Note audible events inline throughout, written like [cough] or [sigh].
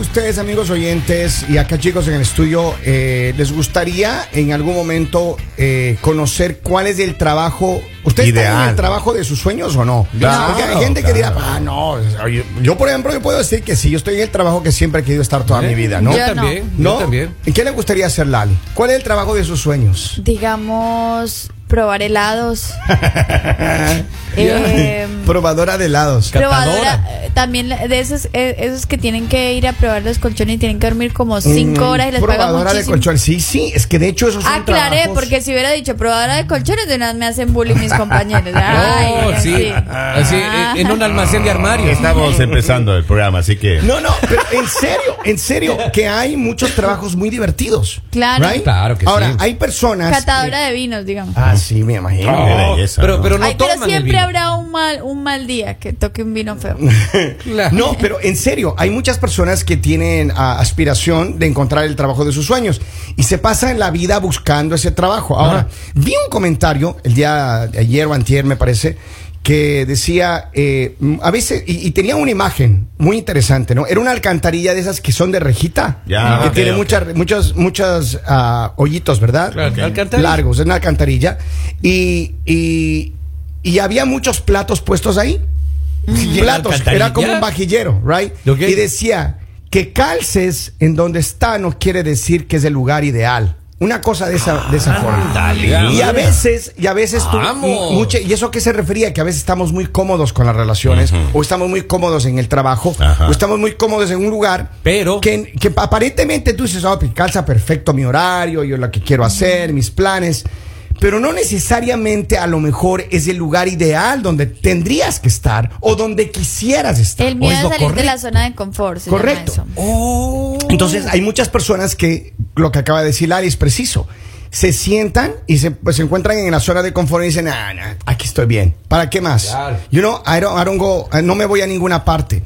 ustedes, amigos oyentes, y acá chicos en el estudio, eh, les gustaría en algún momento eh, conocer cuál es el trabajo? ¿Ustedes están en Ideal. el trabajo de sus sueños o no? Claro, Porque hay gente que dirá, claro. ah, no. Yo, yo, por ejemplo, yo puedo decir que sí, yo estoy en el trabajo que siempre he querido estar toda mi vida, ¿no? Yo ¿Eh? Yo no. también, ¿No? yo también. ¿Y qué le gustaría hacer, Lali? ¿Cuál es el trabajo de sus sueños? Digamos, probar [laughs] helados. Eh, Probadora de helados. probadora. Catadora. eh, También la- de esos, eh, esos que tienen que ir a probar los colchones y tienen que dormir como Mm, cinco horas y les pagan Probadora de muchísimo. colchón. Sí, sí, es que de hecho esos son Aclaré, trabajos- porque si hubiera dicho probadora de colchones, de nada me hacen bullying [laughs] mis compañeros. Ay, No, sí. sí. Así, eh, Ah. en un almacén de armario. Estamos empezando el programa, así que. No, no, pero en serio, en serio, que hay muchos trabajos muy divertidos. Claro. Claro que Ahora, sí. hay personas. Catadora de vinos, digamos. Ah, sí, me imagino. Oh. No. Qué belleza, pero, ¿no? pero no Ay, toman pero el siempre vino. habrá un mal, un mal día que toque un vino [laughs] feo. Claro. No, pero en serio, hay muchas personas que tienen ah, aspiración de encontrar el trabajo de sus sueños y se pasan la vida buscando ese trabajo. Ahora, Ajá. vi un comentario el día de ayer o antier, me parece, que decía, eh, mm, a veces, y, y tenía una imagen muy interesante, ¿no? Era una alcantarilla de esas que son de rejita, Ya, que ok, tiene ok. muchas, muchas, muchas ah, hoyitos, ¿verdad? Claro, Ok. alcantarilla. Largos, es una alcantarilla. Y, y, y había muchos platos puestos ahí. Platos, era como un alcantarilla? vajillero, ¿right? Ok. Y decía que calces en donde está no quiere decir que es el lugar ideal. Una cosa de esa, de esa forma. Y a veces, y a veces tú, Ah, Vamos. mu- mucha- y eso a qué se refería, que a veces estamos muy cómodos con las relaciones, o estamos muy cómodos en el trabajo, Ajá. o estamos muy cómodos en un lugar, Pero- que, que aparentemente tú dices, oh, pues, calza perfecto mi horario, yo lo que quiero hacer, mis planes, pero no necesariamente a lo mejor es el lugar ideal donde tendrías que estar o donde quisieras estar. El miedo ¿O a es salir lo de correcto? la zona de confort. se llama Correcto. [laughs] eso. Oh. Entonces, hay muchas personas que lo que acaba de decir Lari es preciso. Se sientan y se, pues, se encuentran en la zona de confort y dicen, ah, nah, aquí estoy bien. ¿Para qué más? Claro. You know, I don't, I don't go, eh, no me voy a ninguna parte.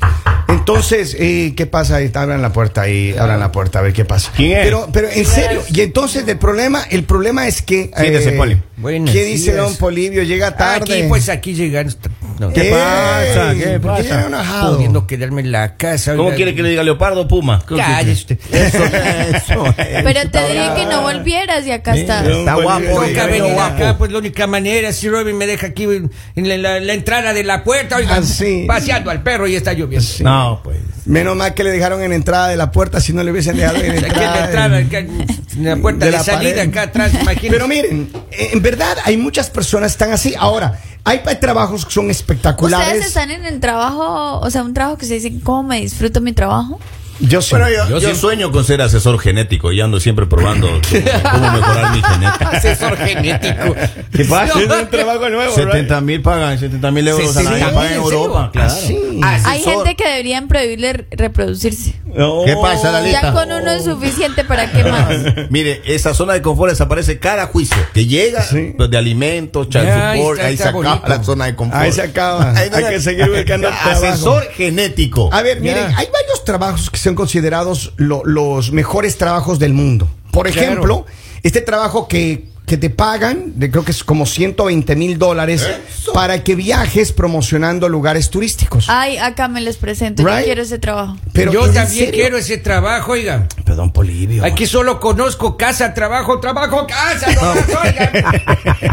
Entonces, eh, ¿qué pasa? Ahí, Abran la puerta ahí, abran la puerta, a ver qué pasa. ¿Quién es? Pero, pero en serio, y entonces el problema, el problema es que. eh, Siéntese, Poli. Buenos ¿Qué dice días. don Polivio? Llega tarde. Aquí, pues aquí llegan. No, Ey, pasa? ¿Qué ¿por pasa? llega enojado? pudiendo quedarme en la casa. ¿Cómo Oiga, quiere que le diga Leopardo Puma? Cállese usted. Pero te dije que no volvieras y acá estás. Está guapo, Nunca eh, venir guapo. acá, pues la única manera, si Robin me deja aquí en la, la- la entrada de la puerta, oiga, Así. paseando al perro y está lloviendo. Ah, Sí. No, pues. Menos mal que le dejaron en entrada de la puerta, si no le hubiesen dejado en O sea, [laughs] Aquí en la entrada. entrada, acá, en la puerta de de, la salida, pared. acá atrás, imagínate. Pero miren, en verdad hay muchas personas que están así. Ahora, hay pa- trabajos que son Ustedes espectaculares. están en el trabajo, o sea, un trabajo que se dice, ¿cómo me disfruto mi trabajo? Yo sí. Bueno, yo, Yo yo siempre- sueño con ser asesor genético y ando siempre probando cómo, cómo mejorar mi genética. [laughs] Asesor genético. [laughs] ¿Qué pasa? No, nuevo, 70 mil pagan, 70 mil euros al 60.000, año pagan en ¿en Europa. serio? Claro. Sí. Ah, Hay gente que deberían prohibirle re- reproducirse. ¿Qué pasa, Ya Lalita? con uno es suficiente, ¿para qué [laughs] más? [laughs] Mire, esa zona de confort desaparece cada juicio que llega Sí. pues, de alimentos, child Ya, ahí support, está, ahí se está acaba bonito. la zona de confort. Ahí se acaba. [laughs] Ahí no Hay la- que seguir buscando [laughs] Asesor genético. A ver, miren, Ya. hay varios trabajos que son considerados lo- los mejores trabajos del mundo. Por Claro. ejemplo, este trabajo que, que te pagan, de- creo que es como 120 mil dólares, ¿Eh? para que viajes promocionando lugares turísticos. Ay, acá me les presento, yo Right. quiero ese trabajo. Pero Yo ¿en también serio? quiero ese trabajo, oiga. Perdón, Polivio. Aquí solo conozco casa, trabajo, trabajo, casa. No, oiga.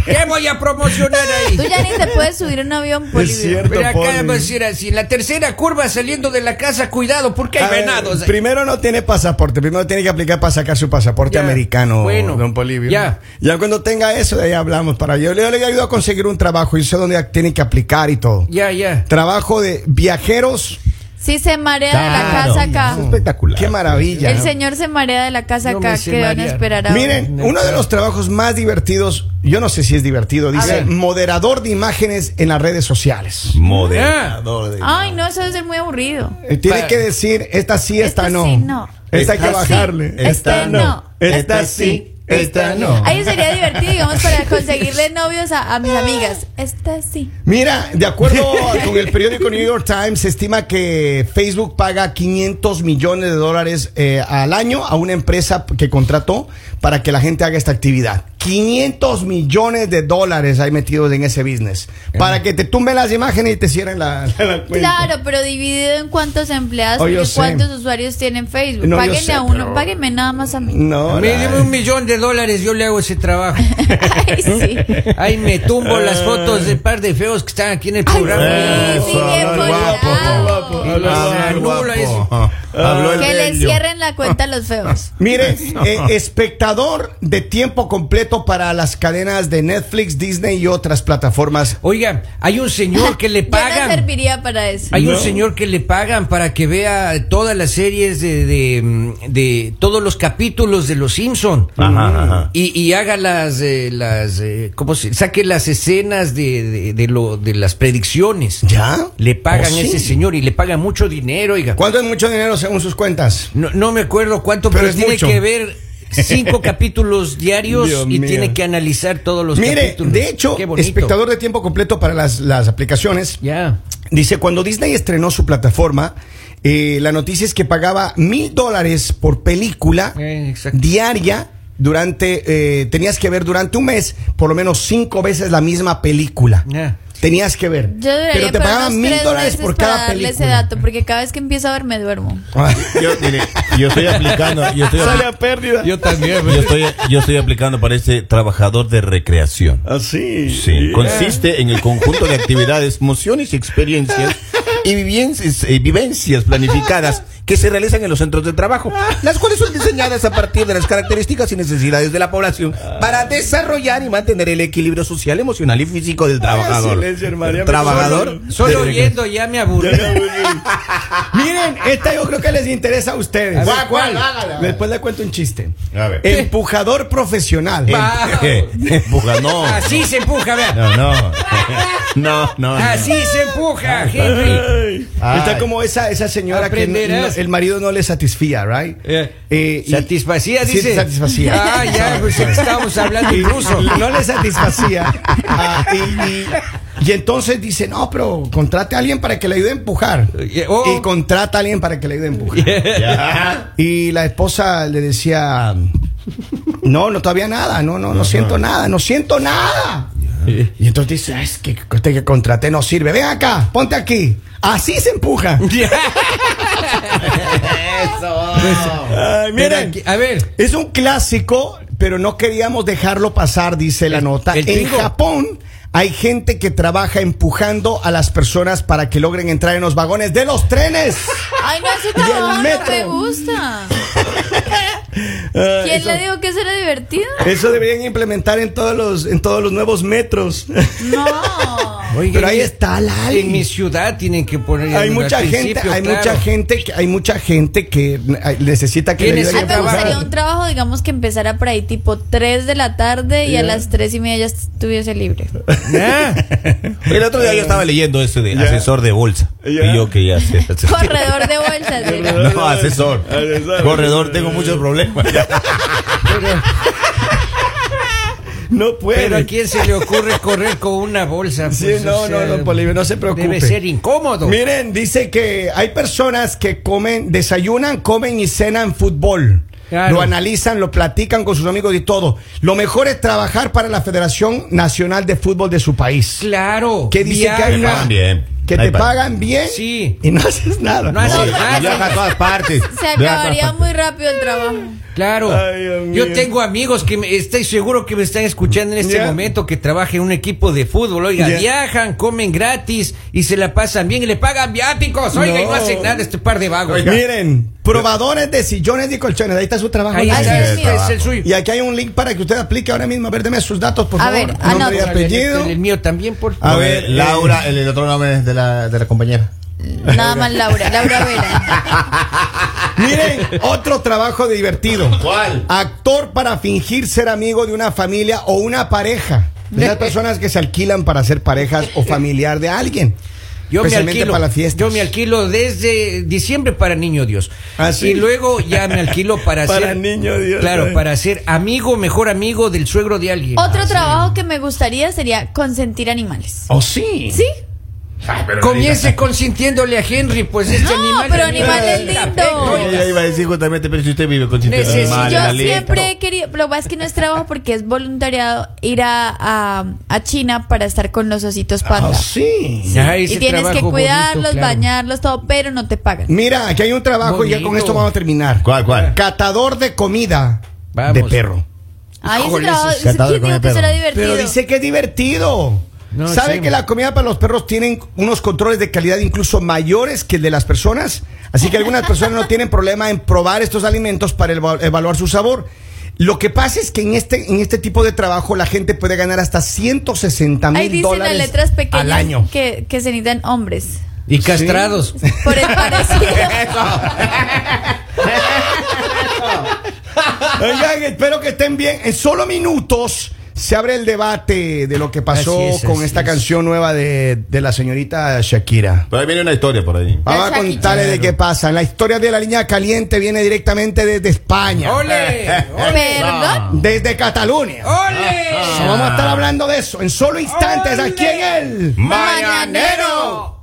¿Qué voy a promocionar ahí? Tú ya ni te puedes subir a un avión, Bolivia. cierto. Pero acá Poli. va a ser así. En la tercera curva saliendo de la casa, cuidado, porque A hay ver, venados. eh. ahí. Ah, Primero no tiene pasaporte, primero tiene que aplicar para sacar su pasaporte Ya. americano, Bueno, don Polivio. ya. Ya cuando tenga eso, de ahí hablamos. Para yo, yo le ayudo a conseguir un trabajo y sé dónde tiene que aplicar y todo. Ya, ya. Trabajo de viajeros. Sí, se marea de la casa Es acá. espectacular. Qué maravilla. El ¿no? señor se marea de la casa Yo me acá, sé que van a marear. esperar ahora. Miren, uno de los trabajos más divertidos, yo no sé si es divertido, dice ver. moderador de imágenes en las redes sociales. Moderador. de- Ay, no, eso debe ser muy aburrido. Eh, Tiene Pa- que decir, esta sí, esta, Esta no. sí, no. Esta hay que Esta sí, bajarle. esta no. Esta, Esta sí, sí, esta no. Ahí sería divertido, digamos, para conseguirle novios a, a mis amigas. Esta sí. Mira, de [laughs] acuerdo con el periódico New York Times, se estima que Facebook paga 500 millones de dólares eh, al año a una empresa que contrató para que la gente haga esta actividad. 500 millones de dólares hay metidos en ese business. Eh. Para que te tumben las imágenes y te cierren la, la cuenta. Claro, pero dividido en cuántos empleados Oh, yo y sé. cuántos usuarios tienen Facebook. No, yo páguenle sé, Mm. a uno, pero- páguenme nada más a mí. No, Me la- dime un millón de dólares, yo le hago ese trabajo. [laughs] Ay, sí. [laughs] Ahí me tumbo Ah. las fotos del par de feos que están aquí en el programa. Ay, Eso, sí, bien habló el guapo, colgado. guapo, habló el Ah, nula es- guapo. Habló el Que le bello. cierren la cuenta a los [laughs] feos. [laughs] Mire, eh, espectador de tiempo completo para las cadenas de Netflix, Disney y otras plataformas. Oiga, hay un señor que le Yo no pagan. serviría para eso. Hay un No. señor que le pagan para que vea todas las series de, de, mm, de todos los capítulos de Los Simpson Ajá, ajá. y, y haga las eh, las eh, ¿cómo se? saque las escenas de, de, de lo de las predicciones. ¿Ya? Le pagan Oh, a sí. ese señor y le pagan mucho dinero, oiga. ¿Cuánto es mucho dinero según sus cuentas? No, no me acuerdo cuánto, Pero pero, es tiene mucho. que ver [laughs] cinco capítulos diarios Dios y mío. tiene que analizar todos los Mire, capítulos. de hecho, Qué bonito. espectador de tiempo completo para las, las aplicaciones, Ya. dice, cuando Disney estrenó su plataforma, eh, la noticia es que pagaba mil dólares por película Eh, exacto. diaria durante, eh, tenías que ver durante un mes por lo menos cinco veces la misma película. Ya. Tenías que ver. Yo duraría pero te por pagaban unos mil tres dólares meses por para cada darle película. ese dato, porque cada vez que empiezo a ver me duermo. Yo, mire, yo estoy aplicando. Yo estoy, pérdida. yo también. Yo estoy, yo estoy aplicando para este trabajador de recreación. Ah, Así. Sí, consiste en el conjunto de actividades, mociones y experiencias y vivencias, eh, vivencias planificadas que se realizan en los centros de trabajo, las cuales son diseñadas a partir de las características y necesidades de la población para desarrollar y mantener el equilibrio social, emocional y físico del trabajador. silencio, hermano, ya me- El trabajador. Solo de- [laughs] oyendo ya me aburro. [laughs] Miren, esta yo creo que les interesa a ustedes. A ver, ¿cuál? Después le cuento un chiste. A ver. Empujador profesional. Eh, empuja, no. Así se empuja, vea. No, no. No, no. Así se empuja, Henry. Ay. Está como esa, esa señora que no- Aprenderás. no- el marido no le satisfía, ¿right? Eh, Eh, y- Satisfacía, Sí, dice. satisfacía. Ah, ya, pues estábamos hablando Y- incluso. y [laughs] no le satisfacía. Ah, y, y- y entonces dice, no, pero contrate a alguien para que le ayude a empujar. Eh, oh. Y contrata a alguien para que le ayude a empujar. Y la esposa le decía, no, no, todavía nada, no, no, no siento nada, no siento nada. Y entonces dice, es que este que contraté no sirve. Ven acá, ponte aquí. Así se empuja. Pues, Ay, Pero miren, aquí- a ver. es un clásico, pero no queríamos dejarlo pasar, dice la El- nota. el en trigo. Japón hay gente que trabaja empujando a las personas para que logren entrar en los vagones de los [laughs] trenes. Ay, no, ese el trabajo no metro. Ah, [laughs] me gusta. ¿Quién le dijo que eso era divertido? Eso deberían implementar en todos los, en todos los nuevos metros. [laughs] No. Oiga, Pero ahí en- está la En mi ciudad tienen que poner. Hay al mucha gente, principio, hay claro. mucha gente, que- hay mucha gente que eh, necesita que le ¿Quién es ayuden A a mí me empujar. trabajar. Ah, gustaría un trabajo, digamos, que empezara por ahí tipo 3 de la tarde y a las 3 y media ya [laughs] estuviese libre. El otro día yo estaba leyendo ese de asesor de bolsa. Ya. Y yo que ya sé. asesor. Corredor de bolsas. era. No, asesor. Corredor, tengo muchos problemas. No puede. Pero a quién se le ocurre correr con una bolsa. Sí, Pues, no, o no, sea, no, Polibio, no se preocupe. Debe ser incómodo. Miren, dice que hay personas que comen, desayunan, comen y cenan fútbol. Claro. Lo analizan, lo platican con sus amigos y todo. Lo mejor es trabajar para la Federación Nacional de Fútbol de su país. Claro. Que dice que hay Te una- pagan bien. Que Ahí te pa- pagan bien Sí. y no haces nada. No haces No, Sí, y viaja a todas partes. Se Viaja a acabaría todas muy rápido el trabajo. Claro. Ay, Dios mío. Yo tengo amigos que me- estoy seguro que me están escuchando en este Ya. momento que trabajan en un equipo de fútbol. Oiga, Ya. viajan, comen gratis y se la pasan bien y le pagan viáticos. Oiga, y No. no hacen nada este par de vagos. Miren, probadores de sillones y colchones. Ahí está su trabajo. Ah, Ahí Ay, está, Dios es mío. el suyo. Y aquí hay un link para que usted aplique ahora mismo. A ver, deme sus datos, por A favor. ver, Nombre y anota. apellido. El, mío también, por A partes. ver, Laura, el, el otro nombre es de la, de la compañera. Nada más [laughs] Laura, Laura Vera. Miren, otro trabajo divertido. ¿Cuál? Actor para fingir ser amigo de una familia o una pareja. De Esas personas que se alquilan para ser parejas o familiar de alguien. Yo me, especialmente alquilo, para las fiestas. yo me alquilo desde diciembre para Niño Dios. Ah, sí. Y luego ya me alquilo [laughs] para, Para ser. Niño Dios, Claro, eh. para ser amigo, mejor amigo del Ah, suegro de alguien. Otro trabajo que me gustaría sería consentir animales. ¿Oh, sí? ¿Sí? Ah, pero no Comience digas- consintiéndole a Henry, pues este No, animal. pero animal es Está lindo. feo, oiga. Ella iba a decir justamente, pero si usted vive con sistema Necesito- Ah, normal, Vale, yo vale. siempre he querido, lo que pasa es que no es trabajo porque es voluntariado ir a, a, a China para estar con los ositos panda. Ah, sí. Ya, ese y tienes que trabajo bonito, cuidarlos, claro. bañarlos, todo, pero no te pagan. Mira, aquí hay un trabajo y ya con Bonito. esto vamos a terminar. ¿Cuál, cuál? Catador de comida Vamos. de perro. Ay, ese Híjole, trabajo, ese ¿quién catador dijo come que eso perro. era divertido? Pero dice que es divertido. No, ¿Sabe sí. que la comida para los perros tienen unos controles de calidad incluso mayores que el de las personas? Así que algunas personas no tienen problema en probar estos alimentos para eva- evaluar su sabor. Lo que pasa es que en este, en este tipo de trabajo la gente puede ganar hasta 160 Ahí mil dicen dólares las letras pequeñas al año. Que, que se necesitan hombres. Y castrados. [laughs] [laughs] Por el parecido. [laughs] Oigan, espero que estén bien. En solo minutos se abre el debate de lo que pasó Así es, con así esta es. canción nueva de, de la señorita Shakira. Pero ahí viene una historia por ahí. Vamos a La Shakira. contarles de qué pasa. La historia de la línea caliente viene directamente desde España. ¡Ole! ¡Ole! Perdón. Desde Cataluña. ¡Ole! Vamos a estar hablando de eso en solo instantes aquí en el Mañanero.